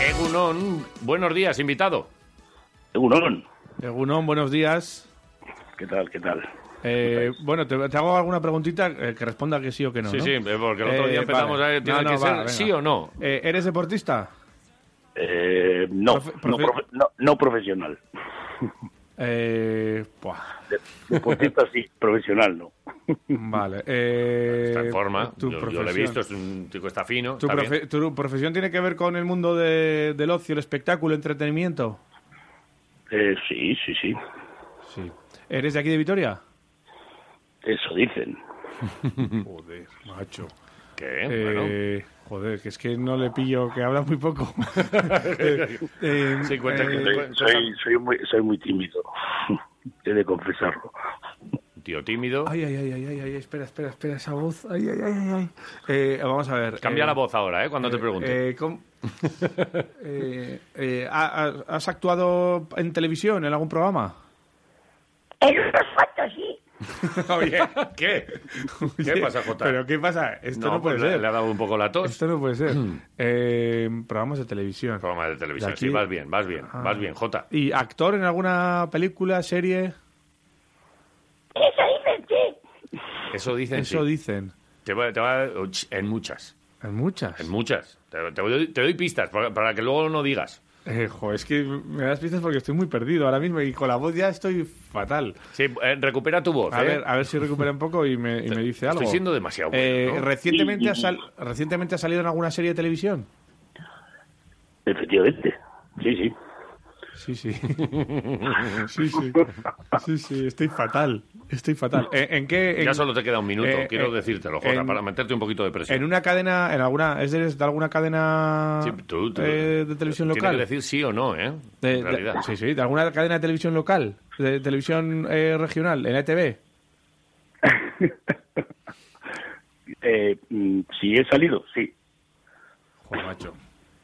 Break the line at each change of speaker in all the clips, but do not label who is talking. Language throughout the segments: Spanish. Egunon, buenos días, invitado.
Egunon.
Egunon, buenos días.
¿Qué tal? ¿Qué tal?
Eh, bueno, te, te, hago alguna preguntita eh, que responda que sí o que no.
Sí,
¿no?
sí, porque el otro día eh, empezamos vale. a tiene no, no, que va, ser venga. sí o no.
Eh, ¿Eres deportista?
Eh, no, profe profe no, no, profesional.
Eh,
de, deportista sí, profesional no.
Vale. está
en forma, tu yo, yo, lo he visto, es un tico está fino.
Eh, ¿Tu,
está
profe
bien.
¿Tu profesión tiene que ver con el mundo de, del ocio, el espectáculo, el entretenimiento?
Eh, sí, sí, sí.
Sí. ¿Eres de aquí de Vitoria?
Eso dicen.
joder, macho.
¿Qué? Eh,
bueno. Joder, que es que no le pillo, que habla muy poco.
eh, sí, cuenta que eh, soy, soy, soy, muy, soy muy tímido, he de confesarlo.
Tío tímido.
Ay, ay, ay, ay, ay, espera, espera, espera, esa voz. Ay, ay, ay, ay. vamos a ver.
Cambia la voz ahora, ¿eh? Cuando te pregunte.
Eh, ¿Has actuado en televisión, en algún programa?
En unos cuantos, sí.
Oye, ¿qué? ¿Qué Oye, pasa, Jota?
¿Pero qué pasa? Esto no, no puede
pues
ser.
Le, ha dado un poco la tos.
Esto no puede ser. eh, programas de televisión.
Programas de televisión, de sí, vas bien, vas bien, ah. vas bien, Jota.
¿Y actor en alguna película, serie?
Eso dicen, sí.
Eso dicen,
Eso
sí.
dicen.
Te va, te va, en muchas.
¿En muchas?
En muchas. Te, te, doy, te doy, pistas para, para que luego no digas.
Eh, jo, es que me das pistas porque estoy muy perdido ahora mismo y con la voz ya estoy fatal.
Sí, eh, recupera tu voz.
A,
eh.
ver, a ver si recupera un poco y me, y me dice algo. Eh,
Estoy siendo demasiado bueno, ¿no?
¿recientemente, ha sal ¿Recientemente ha salido en alguna serie de televisión?
Efectivamente, sí, sí.
Sí, sí. sí, sí. Sí, sí, estoy fatal. Estoy fatal. ¿En, en qué, en,
ya solo te queda un minuto, eh, quiero eh, decírtelo, Jota, en, para meterte un poquito de presión.
¿En una cadena, en alguna, es de, de alguna cadena
sí, tú, tú,
eh, de televisión local?
Tienes que decir sí o no, ¿eh?
De, de, sí, sí, de alguna cadena de televisión local, de televisión eh, regional, en E ETV.
Eh, mm, sí, he salido, sí.
Joder, macho.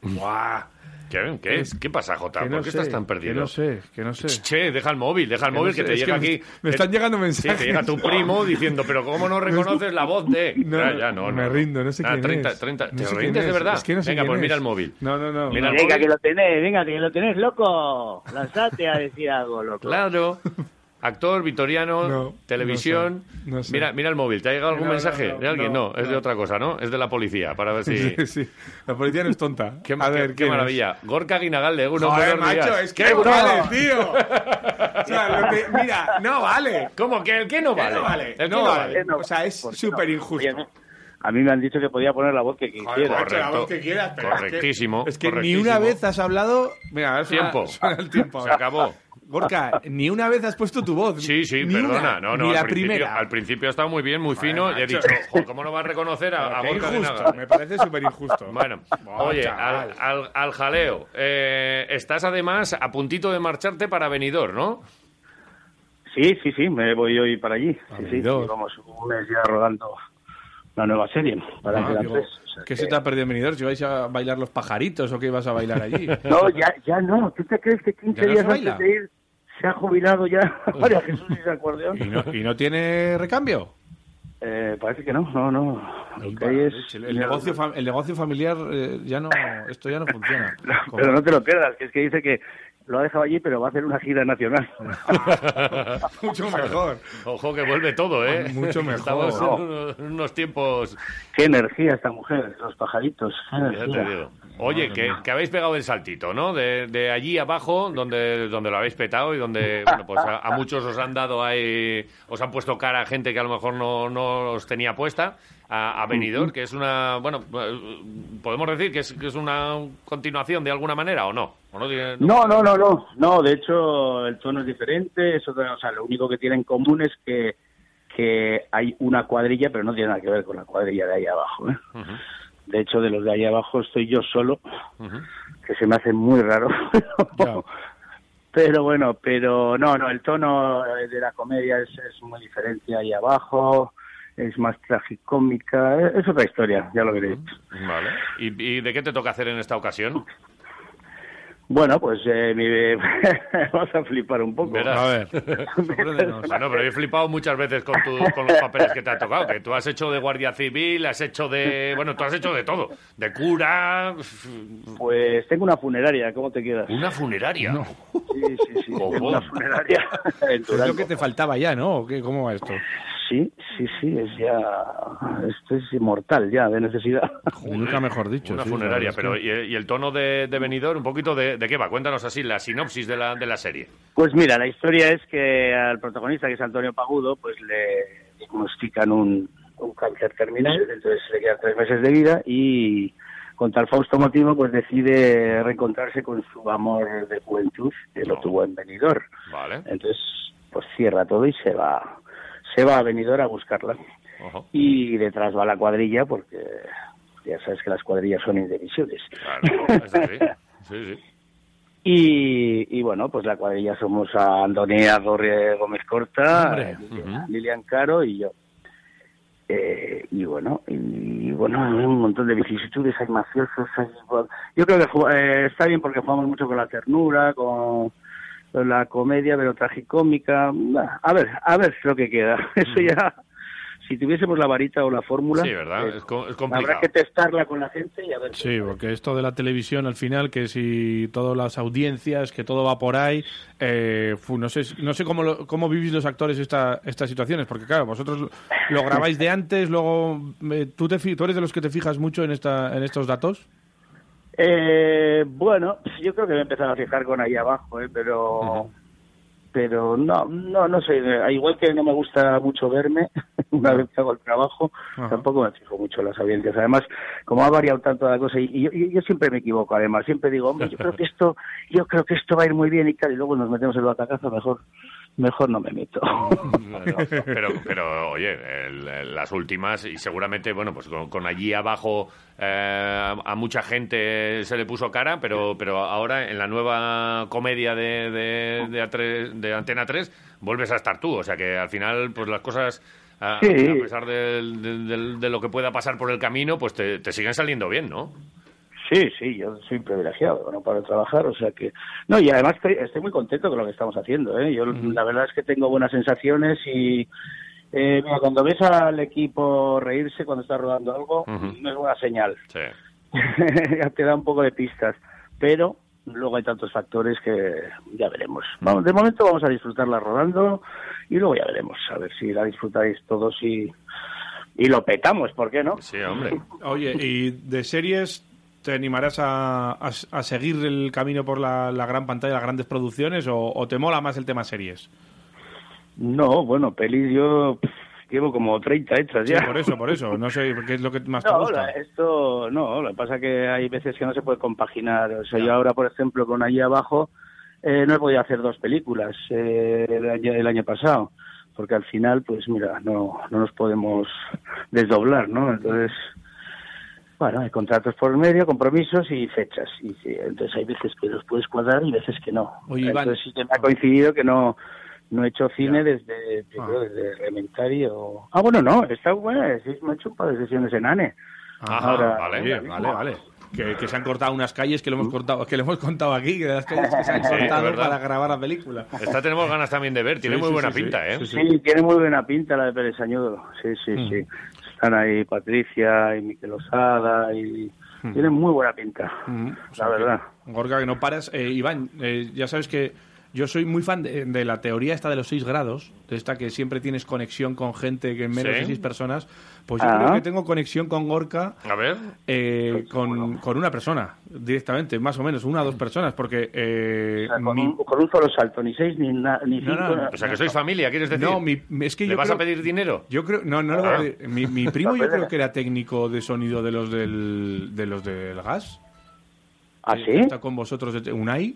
¡Buah! ¿Qué, qué, es, ¿Qué pasa, Jota? No ¿Por qué sé, estás tan perdido?
Que no sé, que no sé.
Che, deja el móvil, deja el que móvil no que, sé, te llega
que
aquí.
Me, están
te,
llegando mensajes.
Sí, te llega tu primo diciendo, pero ¿cómo no reconoces la voz de.?
No, ah, ya, no, me rindo, no sé
ah,
quién
30,
es.
30, 30,
¿Te
rindes de verdad?
Es que no sé
venga,
quién
pues
es.
mira el móvil.
No, no, no.
Mira
venga, que lo tenés, venga, que lo tenés, loco. Lanzate a decir algo, loco.
Claro. Actor, vitoriano,
no,
televisión.
No sé, no sé.
Mira, mira el móvil, ¿te ha llegado algún mensaje de alguien? No, es de otra cosa, ¿no? Es de la policía, para ver si.
Sí, sí. La policía no es tonta.
Qué,
A
qué-
ver,
qué
¿quién es?
maravilla. Gorka Guinagal de uno.
Joder,
buenos días.
macho, es que
¡Qué
no
bravo!
vale, tío. O sea, lo que- mira, no vale.
¿Cómo que el que no
Que
vale?
no vale,
El que
no
no
vale.
vale.
no?
O sea, es
¿Por qué
súper
no?
injusto.
Oye, A mí me han dicho que podía poner la voz que
Joder,
quisiera.
macho, la
correcto.
voz que quieras, pero es que-
Correctísimo,
Es que, ni
correctísimo.
una vez has hablado. Mira, a ver, suena-
Tiempo.
suena el tiempo
Se
ahora.
acabó.
Gorka, ni una vez has puesto tu voz.
Sí, sí,
Ni
perdona.
una,
no, no,
ni
al,
la
principio,
primera.
al principio ha estado muy bien, muy fino. y he
macho.
dicho, "Jo, ¿cómo no va a reconocer a, a
Qué
Gorka
injusto,
Guinagal?
me parece súper injusto.
Bueno, oye, al, al- al jaleo. Eh, estás además a puntito de marcharte para Benidorm, ¿no?
Sí, sí, sí, me voy hoy para allí. Sí, sí,
Dios.
vamos un mes ya rodando la nueva serie para
Ah,
Antena
digo,
3, o sea
¿Qué
que-
se te ha perdido en Benidorm? ¿Si vais a bailar los pajaritos o qué ibas a bailar allí?
No, ya, ya no. ¿Tú te crees que 15
¿Ya no
días
se
antes
baila?
de ir se ha jubilado ya María Jesús y su acordeón?
¿Y no, y no tiene recambio?
Eh, parece que no, no, no. Lo que hay es-
El, el negocio, fam- el negocio familiar eh, ya no, esto ya no funciona. Como-
Pero no te lo pierdas, que es que dice que lo ha dejado allí, pero va a hacer una gira nacional.
Mucho mejor.
Ojo que vuelve todo, ¿eh?
Mucho mejor.
Estamos en unos, en unos tiempos.
qué energía esta mujer, los pajaritos. qué
Ya te
energía.
digo. Oye, que, que habéis pegado el saltito, ¿no? De, de allí abajo, donde, donde lo habéis petado y donde, bueno, pues a, a muchos os han dado ahí, os han puesto cara a gente que a lo mejor no, no os tenía puesta, a, a Benidorm, que es una, bueno, eh, podemos decir que es, que es una continuación de alguna manera, ¿o no? ¿O no, tiene-
No, no, no, no.
No, de hecho, el tono es diferente. Eso, o sea, lo único que tienen en común es que, que hay una cuadrilla, pero no tiene nada que ver con la cuadrilla de ahí abajo. ¿eh?
Ujú,
De hecho, de los de ahí abajo estoy yo solo,
ujú.
que se me hace muy raro.
Ya.
Pero bueno, pero no, no, el tono eh, de la comedia es, es muy diferente ahí abajo, es más tragicómica, eh, es otra historia, ya lo veréis.
Vale. ¿Y, y de qué te toca hacer en esta ocasión?
Bueno, pues eh, mi- vas a flipar un poco.
Verás.
A ver, sorpréndenos.
Bueno, pero yo he flipado muchas veces con, tu- con los papeles que te ha tocado, que tú has hecho de guardia civil, has hecho de... Bueno, tú has hecho de todo, de cura,
Pues tengo una funeraria, ¿cómo te quedas?
una funeraria.
Sí, sí, sí, tengo
Ojo.
una funeraria en
Es lo
Durango.
que te faltaba ya, ¿no? ¿O qué? ¿Cómo va esto?
Sí, sí, sí, es ya, esto es inmortal ya, de necesidad.
Nunca mejor dicho.
Una
sí, la
funeraria,
verdad es
pero
que-
¿y, y el tono de, de venidor? ¿Un poquito de, de qué va? Cuéntanos así la sinopsis de la, de la serie.
Pues mira, la historia es que al protagonista, que es Antonio Pagudo, pues le diagnostican un, un cáncer terminal, entonces le quedan tres meses de vida y con tal fausto motivo, pues decide reencontrarse con su amor de juventud, que lo
No.
tuvo en Benidorm.
Vale.
Entonces, pues cierra todo y se va, se va a Benidorm a buscarla.
Ojo.
Y detrás va la cuadrilla, porque ya sabes que las cuadrillas son indivisibles.
Claro, es así. Sí, sí.
Y, y bueno, pues la cuadrilla somos a Andonea Dorre Gómez Corta,
Hombre,
Lilian, Lilian Caro y yo. Eh, y bueno, y bueno, hay un montón de vicisitudes, hay mafiosos, hay... Yo creo que ju- eh, está bien porque jugamos mucho con la ternura, con con la comedia, pero tragicómica. Bah, A ver, a ver lo que queda. Eso ya, si tuviésemos la varita o la fórmula...
Sí, ¿verdad?
eh,
Es, co- es complicado.
Habrá que testarla con la gente y a ver.
Sí, porque esto de la televisión al final, que si todas las audiencias, que todo va por ahí, eh, fu, no sé, no sé cómo, lo- cómo vivís los actores esta, estas situaciones, porque claro, vosotros lo- lo grabáis de antes, luego eh, ¿tú, te, fi- tú eres de los que te fijas mucho en, esta, en estos datos.
Eh, bueno, yo creo que me he empezado a fijar con ahí abajo, eh, pero pero no, no, no sé. eh, Igual que no me gusta mucho verme una vez que hago el trabajo,
Ajá.
tampoco me fijo mucho en las audiencias. Además, como ha variado tanto la cosa y, y yo, y yo siempre me equivoco. Además, siempre digo, hombre, yo creo que esto, yo creo que esto va a ir muy bien y tal. Y luego nos metemos en lo atacazo, mejor, mejor no me meto.
Pero, pero oye, el- el- las últimas, y seguramente, bueno, pues con, con allí abajo eh, a mucha gente se le puso cara, pero, pero ahora en la nueva comedia de, de, de A3 de Antena 3 vuelves a estar tú. O sea que al final, pues las cosas, a,
Sí.
a pesar del- del- del- de, lo que pueda pasar por el camino, pues te, te siguen saliendo bien, ¿no?
Sí, sí, yo soy privilegiado, no para trabajar, o sea que... No, y además estoy, estoy muy contento con lo que estamos haciendo, ¿eh? Yo la verdad es que tengo buenas sensaciones y... eh, mira, cuando ves al equipo reírse cuando está rodando algo,
Ujú.
no es buena señal.
Sí.
Ya te da un poco de pistas, pero luego hay tantos factores que ya veremos. Vamos, de momento vamos a disfrutarla rodando y luego ya veremos, a ver si la disfrutáis todos y... Y lo petamos, ¿por qué no?
Sí, hombre.
Oye, y de series, ¿te animarás a, a- a seguir el camino por la, la gran pantalla, las grandes producciones, o, o te mola más el tema series?
No, bueno, pelis yo pff, llevo como 30 hechas
Sí,
ya.
por eso, por eso, no sé qué es lo que más te
No,
gusta.
la- esto no, lo que pasa es que hay veces que no se puede compaginar. O sea, yo ahora, por ejemplo, con allí abajo, eh, no he podido hacer dos películas eh, el, año, el año pasado, porque al final, pues mira, no, no nos podemos desdoblar, ¿no? Entonces, bueno, hay contratos por medio, compromisos y fechas. Y, sí, entonces hay veces que los puedes cuadrar y veces que no.
Oye, Iván.
entonces sí que me ha coincidido que no no he hecho cine desde, yo
Ah.
creo, desde Elementary o... Ah, bueno, no, está buena, sí, me he hecho un par de sesiones en ANE.
Ajá,
ahora-
vale.
Oye, vale, vale. Que, que se han cortado unas calles que lo hemos cortado, que lo hemos contado aquí, que de las calles que se han
Uh. Sí,
cortado
¿verdad?
para grabar la película.
Esta tenemos ganas también de ver, tiene
Sí,
muy
sí,
buena
sí, sí.
pinta, ¿eh?
Sí, Mm. sí.
Sí, tiene muy buena pinta la de Pérez Añudo. Sí, sí, sí. Están ahí Patricia y Miquel Osada y... Tienen muy buena pinta,
Mm, o sea
la
que,
verdad.
Gorka, que no paras. Eh, Iván, eh, ya sabes que Yo soy muy fan de, de la teoría esta de los seis grados, de esta que siempre tienes conexión con gente que en menos
Sí.
de seis personas. Pues yo
Ah. Pues,
creo que tengo conexión con Gorka
A ver.
eh, con, con una persona, directamente, más o menos, una o dos personas, porque eh,
Mm. O sea, con,
mi-
un, con un solo salto, ni seis, ni, na- ni
No,
cinco.
no,
na-
O sea, que sois familia, ¿quieres decir?
No, mi- mi- es que
¿Le
yo
vas
creo-
a pedir dinero?
Yo creo, no, no, no,
Ah.
eh, mi, mi primo yo
Papelera.
creo que era técnico de sonido de los del, de los del gas.
¿Ah,
Eh,
sí? Oh.
Está con vosotros, eh, Unai.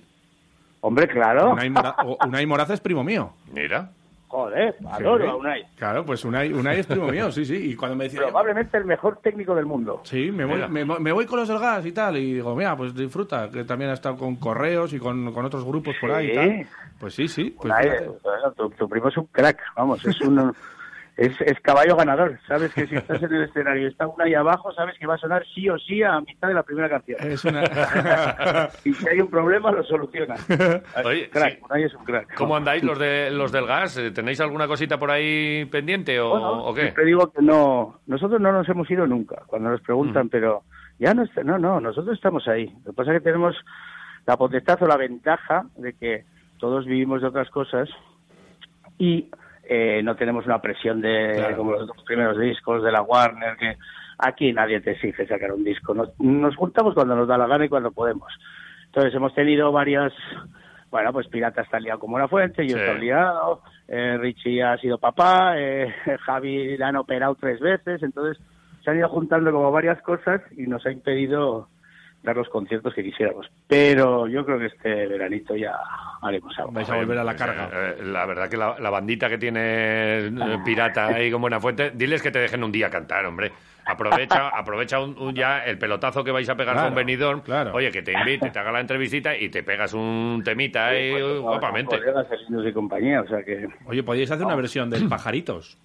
Hombre, claro.
Unai, Mora- o- Unai Moraza es primo mío.
Mira.
Joder, adoro
Sí.
a Unai.
Claro, pues Unai, Unai es primo mío, sí, sí. Y cuando me decía,
Probablemente el mejor técnico del mundo.
sí, me voy,
Mira.
me, voy- me voy con los del gas y tal. Y digo, mira, pues disfruta, que también ha estado con correos y con, con otros grupos por ahí y
Sí.
tal. Pues sí, sí. Pues
Unai,
fíjate.
bueno, tu, tu primo es un crack, vamos, es un... Es, es caballo ganador, sabes que si estás en el escenario y está Unai abajo, sabes que va a sonar sí o sí a mitad de la primera canción.
Es una...
Y si hay un problema, lo soluciona.
Ah,
Oye,
crack,
sí.
Unai es un crack.
¿Cómo andáis los de los del gas? Eh, ¿Tenéis alguna cosita por ahí pendiente o,
Bueno,
o qué?
Siempre digo que no, nosotros no nos hemos ido nunca cuando nos preguntan, pero ya no, está- no, no, nosotros estamos ahí. Lo que pasa es que tenemos la potestad o la ventaja de que todos vivimos de otras cosas y eh, no tenemos una presión de
Claro.
como los dos primeros discos de la Warner que aquí nadie te exige sacar un disco. Nos, nos juntamos cuando nos da la gana y cuando podemos. Entonces hemos tenido varias, bueno, pues Pirata está liado como una fuente, yo
Sí.
estoy liado, eh, Richie ha sido papá, eh, Javi la han operado tres veces, entonces se han ido juntando como varias cosas y nos ha impedido dar los conciertos que quisiéramos. Pero yo creo que este veranito ya haremos algo.
Vais a volver a la carga.
Eh, eh, la verdad que la, la bandita que tiene eh, Pirata ahí con Buenafuente, diles que te dejen un día cantar, hombre. Aprovecha, aprovecha un, un ya el pelotazo que vais a pegar
Claro,
con Benidorm.
claro.
Oye, que te invite, te haga la entrevistita y te pegas un temita ahí
pues,
pues,
Con
guapamente.
colegas, amigos y compañía, o sea que
Oye, podríais hacer una versión del Pajaritos.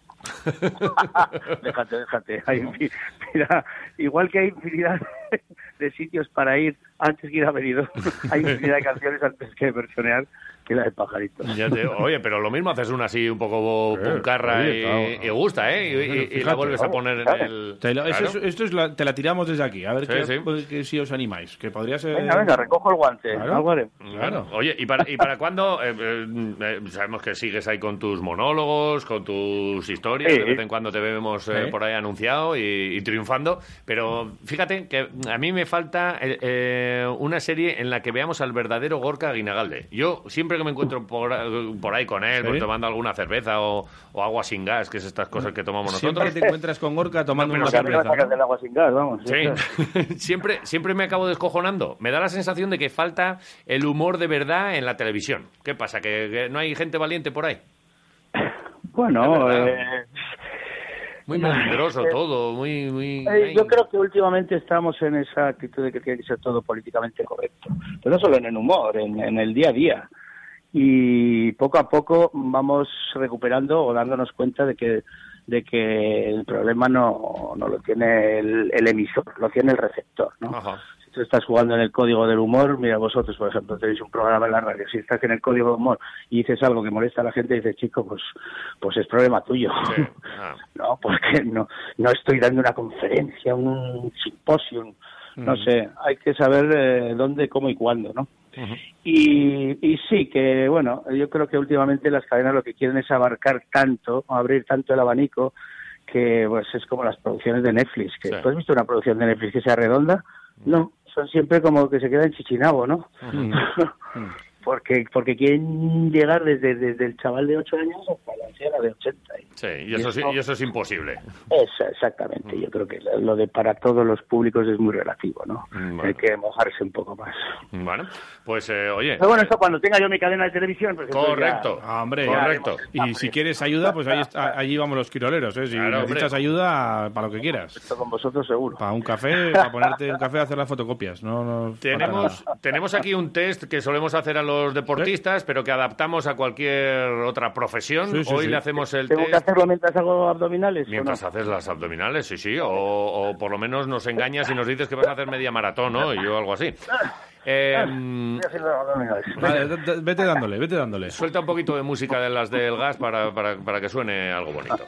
déjate, déjate. Hay infi- mira, igual que hay infinidad de sitios para ir antes que ir a Benidorm, hay infinidad de canciones antes que versionear que la de Pajaritos.
Ya te- oye, pero lo mismo haces una así un poco puncarra
oye,
y,
claro.
y gusta, ¿eh? Y, y- y la
Fíjate,
vuelves a
claro.
poner en el...
Te lo- eso
Claro.
es- esto es la- te la tiramos desde aquí, a ver
Sí,
qué-
sí.
pues, que si os animáis. Que podría ser.
Venga, venga, recojo el guante.
Claro.
Algo haremos.
Claro.
Claro.
Oye, ¿y para, y para cuándo? Eh, eh, eh, sabemos que sigues ahí con tus monólogos, con tus historias,
Sí.
de vez en cuando te vemos eh,
Sí.
por ahí anunciado y, y triunfando, pero fíjate que a mí me falta eh, eh, una serie en la que veamos al verdadero Gorka Guinagalde. Yo siempre que me encuentro por, por ahí con él,
Sí. Mm.
pues, tomando alguna cerveza o, o agua sin gas, que es estas cosas que tomamos
Siempre
nosotros.
te encuentras con Gorka tomando
No, pero
Porque a
una
mí me
cerveza.
sacas
¿no?
del agua sin gas, vamos.
¿eh?
¿eh?
Sí, siempre, siempre me acabo descojonando. Me da la sensación de que falta el humor de verdad en la televisión. ¿Qué pasa? ¿Que, que no hay gente valiente por ahí?
Bueno,
Es verdad.
eh,
Muy melindroso todo, muy... muy
Eh, yo
ay.
creo que últimamente estamos en esa actitud de que tiene que ser todo políticamente correcto, pero no solo en el humor, en, en el día a día. Y poco a poco vamos recuperando o dándonos cuenta de que de que el problema no, no lo tiene el, el emisor, lo tiene el receptor. ¿no?
Ajá.
Si tú estás jugando en el código del humor, mira vosotros, por ejemplo, tenéis un programa en la radio, si estás en el código del humor y dices algo que molesta a la gente, dices, chico, pues, pues es problema tuyo.
Sí. Ah,
No, porque no, no estoy dando una conferencia, un simposio, no sé, hay que saber eh, dónde, cómo y cuándo, ¿no? y, y sí, que bueno, yo creo que últimamente las cadenas lo que quieren es abarcar tanto, abrir tanto el abanico, que pues es como las producciones de Netflix. Que,
Sí.
¿Tú has visto una producción de Netflix que sea redonda? No, son siempre como que se queda en Chichinabo, ¿no? porque porque quieren llegar desde, desde el chaval de 8 años hasta la anciana de 80. y-
sí, y eso, sí- y eso es imposible.
esa, exactamente. Yo creo que lo de para todos los públicos es muy relativo, ¿no?
Mm,
Hay
bueno.
que mojarse un poco más.
Bueno, pues eh, oye...
Pero bueno, esto cuando tenga yo mi cadena de televisión. pues entonces ya-
Correcto.
Ah, hombre,
correcto.
Y si quieres ayuda, pues ahí está- allí vamos los quiroleros. ¿eh? Si
Claro, hombre.
necesitas ayuda, para lo que quieras.
Esto con vosotros seguro.
Para un café, para ponerte un café a hacer las fotocopias. No, no falta
Tenemos,
nada.
tenemos aquí un test que solemos hacer a los deportistas, pero que adaptamos a cualquier otra profesión.
Sí, sí,
Hoy
sí.
le hacemos el
¿Tengo
test
que hacerlo mientras hago abdominales? o
Mientras
no?
haces las abdominales, sí, sí, o, o por lo menos nos engañas y nos dices que vas a hacer media maratón, ¿no? Y yo algo así. Eh, mm,
Estoy haciendo abdominales.
Vale, d- d- vete dándole, vete dándole.
suelta un poquito de música de las del gas para, para, para que suene algo bonito.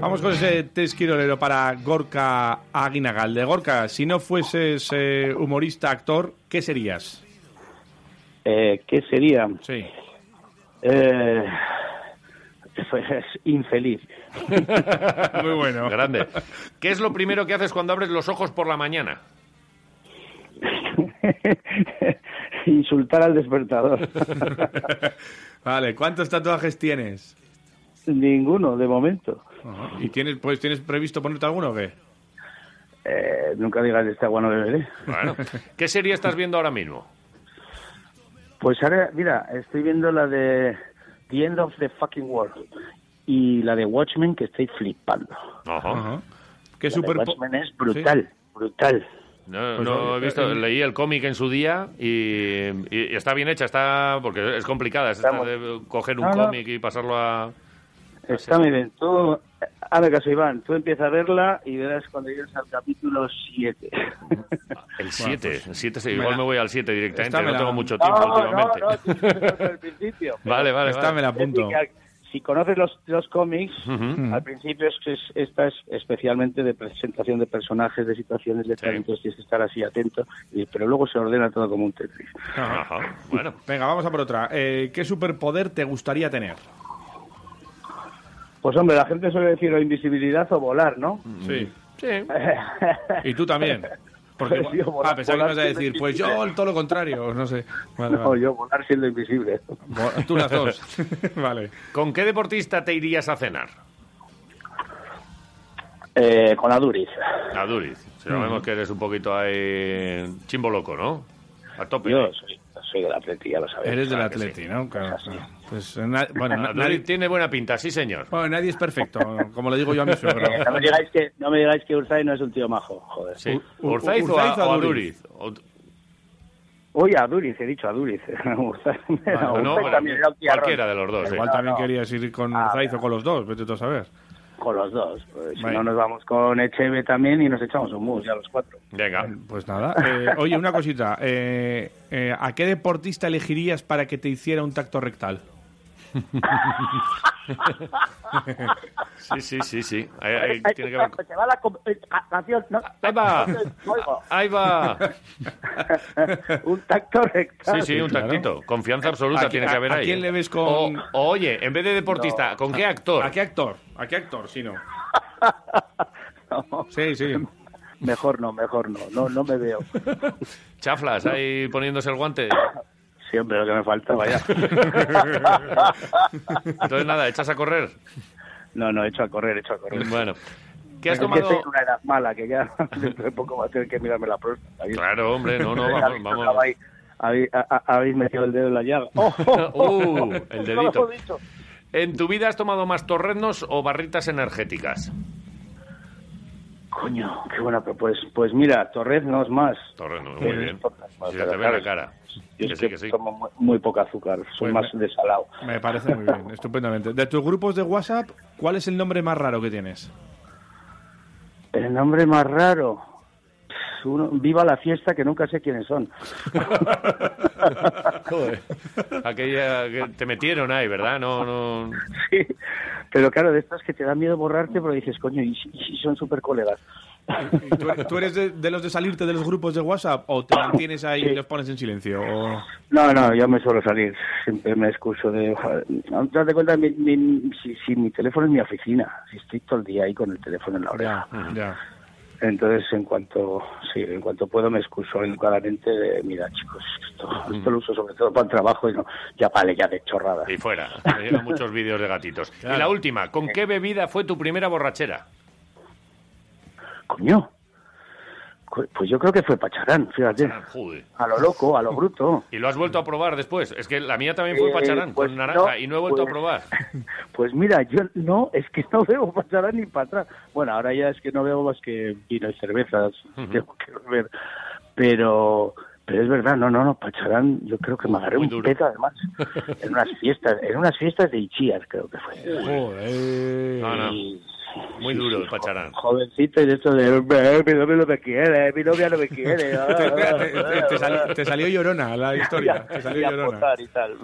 Vamos con ese test quirolero para Gorka Aguinagalde. Gorka, si no fueses eh, humorista, actor, ¿qué serías?
Eh, ¿Qué sería?
Sí.
Eh, pues, infeliz.
Muy bueno.
Grande. ¿Qué es lo primero que haces cuando abres los ojos por la mañana?
Insultar al despertador.
Vale, ¿cuántos tatuajes tienes?
Ninguno, de momento.
¿Y tienes, pues, tienes previsto ponerte alguno o qué?
Eh, nunca digas de esta agua no beberé.
Bueno. ¿Qué serie estás viendo ahora mismo?
Pues ahora, mira, estoy viendo la de The End of the Fucking World y la de Watchmen que estoy flipando.
Ajá.
Ajá. ¿Qué
La de
super
Watchmen es Ah, brutal, brutal.
No,
Pues
no
no,
he visto,
eh,
leí el cómic en su día y, y- y está bien hecha, está porque es complicada, es esta
Estamos-
de coger un
No, no.
cómic y pasarlo a...
Está muy bien. Tú, hazme caso, Iván, tú empieza a verla y verás cuando llegues al capítulo 7.
El 7, el 7,
pues, me
igual
la-
me voy al 7 directamente,
esta me
no
la-
tengo mucho
No,
tiempo
no, no,
últimamente.
tú empiezas por el principio.
Vale, vale,
Esta
vale.
me la apunto.
Es decir, que Si conoces los, los cómics,
Ujú.
al principio es, es- esta es especialmente de presentación de personajes, de situaciones, de
Sí.
tal, entonces tienes que estar así atento, y- pero luego se ordena todo como un Tetris.
Ajá.
Ajá, bueno.
Venga, vamos a por otra. Eh, ¿Qué superpoder te gustaría tener?
Pues hombre, la gente suele decir o invisibilidad o volar, ¿no?
Sí.
Sí.
¿Y tú también? Porque,
Pues yo volar-
ah, pensaba que
volar
ibas a
siendo
decir, pues yo
invisible.
todo lo contrario, no sé. Vale,
No,
vale.
yo volar siendo invisible.
Bo- Tú las dos. vale.
¿Con qué deportista te irías a cenar?
Eh, con la Duris.
A Duriz.
Mm.
Sabemos que eres un poquito ahí chimbo loco, ¿no? A tope.
Yo soy, soy de la Atleti, ya lo Eh, sabes.
Eres del
claro que
Atleti, ¿no? Claro, claro. Pues, eh, na- bueno, na-
A
nadie,
Duriz tiene buena pinta, sí señor.
bueno, nadie es perfecto, como le digo yo a mi suegro.
Eh, no, me digáis que, no me digáis que Urzai no es un tío majo, joder.
Sí.
U- U-
¿Urzaiz o
Urzaiz
a,
o
o a
Duriz?
Duriz? O-
Oye, a Duriz, he dicho a Duriz. Urzai,
Ah, No, no,
Urzai también era un tía
cualquiera de los dos. sí.
Igual también querías ir con
Ah,
Zaiz o con los dos, vete tú a saber.
Con los dos. pues, si
Vale.
no, nos vamos con Echeve también y nos echamos un mus, ya los cuatro.
Venga.
Pues nada. eh, oye, una cosita. eh, eh, ¿A qué deportista elegirías para que te hiciera un tacto rectal?
Sí, sí, sí, sí. Ahí, ahí
Ay,
tiene que ver.
Se va la com- eh, ca- canción. No,
Ahí va.
oigo.
Ahí va.
un tacto rectal.
Sí, sí, un
Ah, claro. Eh,
tactito. Confianza absoluta
¿A qui-
tiene que
a-
haber
a
ahí. ¿eh?
quién le ves con-
O, o, oye, en vez de deportista, ¿con qué actor?
¿A qué actor? ¿A qué actor? Sí, no.
No,
Sí, sí.
mejor no, mejor no. No, no me veo.
Chaflas ahí poniéndose el guante.
Siempre lo que me faltaba ya.
Entonces nada, echas a correr.
No, no, he hecho a correr, he hecho a correr.
Bueno. ¿Qué has
Es que estoy
tomado?
en una edad mala, que ya dentro de poco va a tener que mirarme la próstata. ¿viste?
Claro, hombre, no, no,
Habéis
vamos, vamos.
tocado ahí, Habéis, a- a- habéis metido el dedo en la llaga. ¡Oh, oh, oh!
Uh, el
No lo
dedito.
he dicho.
¿En tu vida has tomado más torrenos o barritas energéticas?
Coño, qué buena propuesta. Pues, pues mira, torreznos más.
Torrenos,
Sí,
muy bien.
torreznos más,
Sí, se
pero
te ve la
claro,
cara.
Yo
Que
es
sí,
que
que sí.
tomo muy, muy poco azúcar, soy
Pues
más
me-
desalado.
Me parece muy bien, estupendamente. De tus grupos de WhatsApp, ¿cuál es el nombre más raro que tienes?
El nombre más raro. Pff, uno- viva la fiesta que nunca sé quiénes son.
Joder. Aquella que te metieron ahí, ¿verdad? No, no.
Sí. Pero claro, de estas que te da miedo borrarte, pero dices, coño, y si, y si son súper colegas.
¿Tú, eres- tú eres de, de los de salirte de los grupos de WhatsApp o te mantienes ahí y
Sí.
los pones en silencio? O...
No, no, yo me suelo salir. Siempre me excuso de. joder, no, Date cuenta, mi, mi- si, si mi teléfono es mi oficina, si estoy todo el día ahí con el teléfono en la oreja.
Ya,
Mm.
ya.
Entonces, en cuanto sí, en cuanto puedo, me excuso educadamente de: mira, chicos, esto,
Mm.
esto lo uso sobre todo para el trabajo y no. Ya vale, ya de chorrada.
Y fuera. Había muchos vídeos de gatitos. Y la última, ¿con qué bebida fue tu primera borrachera?
Coño. Co- Pues yo creo que fue Pacharán, fíjate.
Ah, Joder.
A lo loco, a lo bruto.
¿Y lo has vuelto a probar después? Es que la mía también fue
Eh,
pacharán
pues
con naranja
no,
y no he vuelto
pues-
a probar.
Pues mira, yo no, es que no veo pasará ni para atrás. Bueno, ahora ya es que no veo más que vino y cervezas, tengo que beber. Pero, pero es verdad, no, no, no, Pacharán, yo creo que me agarré
muy
un
duro.
pedo además. en unas fiestas, en unas fiestas de Ichías creo que fue.
Joder.
Ah, No, no.
Y-
Muy muy duro, Pacharán.
Jovencito y de esto de "Eh, mi novia no me quiere, mi novia no me quiere. ah,
Te,
ah,
te- te- te salió, te salió llorona la historia. Te
y
salió
a
llorona.
posar y tal.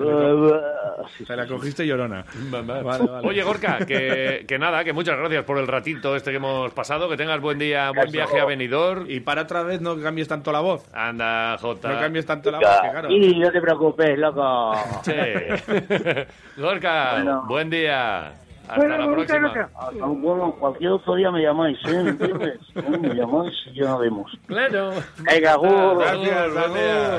Sí,
Te la cogiste llorona. Vale, vale.
Oye, Gorka, que, que nada, que muchas gracias por el ratito este que hemos pasado. Que tengas buen día, buen viaje a Benidorm.
Y para otra vez no cambies tanto la voz.
Anda,
No
Jota.
cambies tanto la voz, que claro.
Y no te preocupes, loco.
Che. Gorka,
Bueno.
buen día. Hasta
Bueno,
la
muchas
próxima.
gracias.
Hasta un huevo, cualquier otro día me llamáis, ¿eh? ¿Entiendes? Me llamáis y ya vemos.
Claro.
Venga, agur.
Gracias, buen día.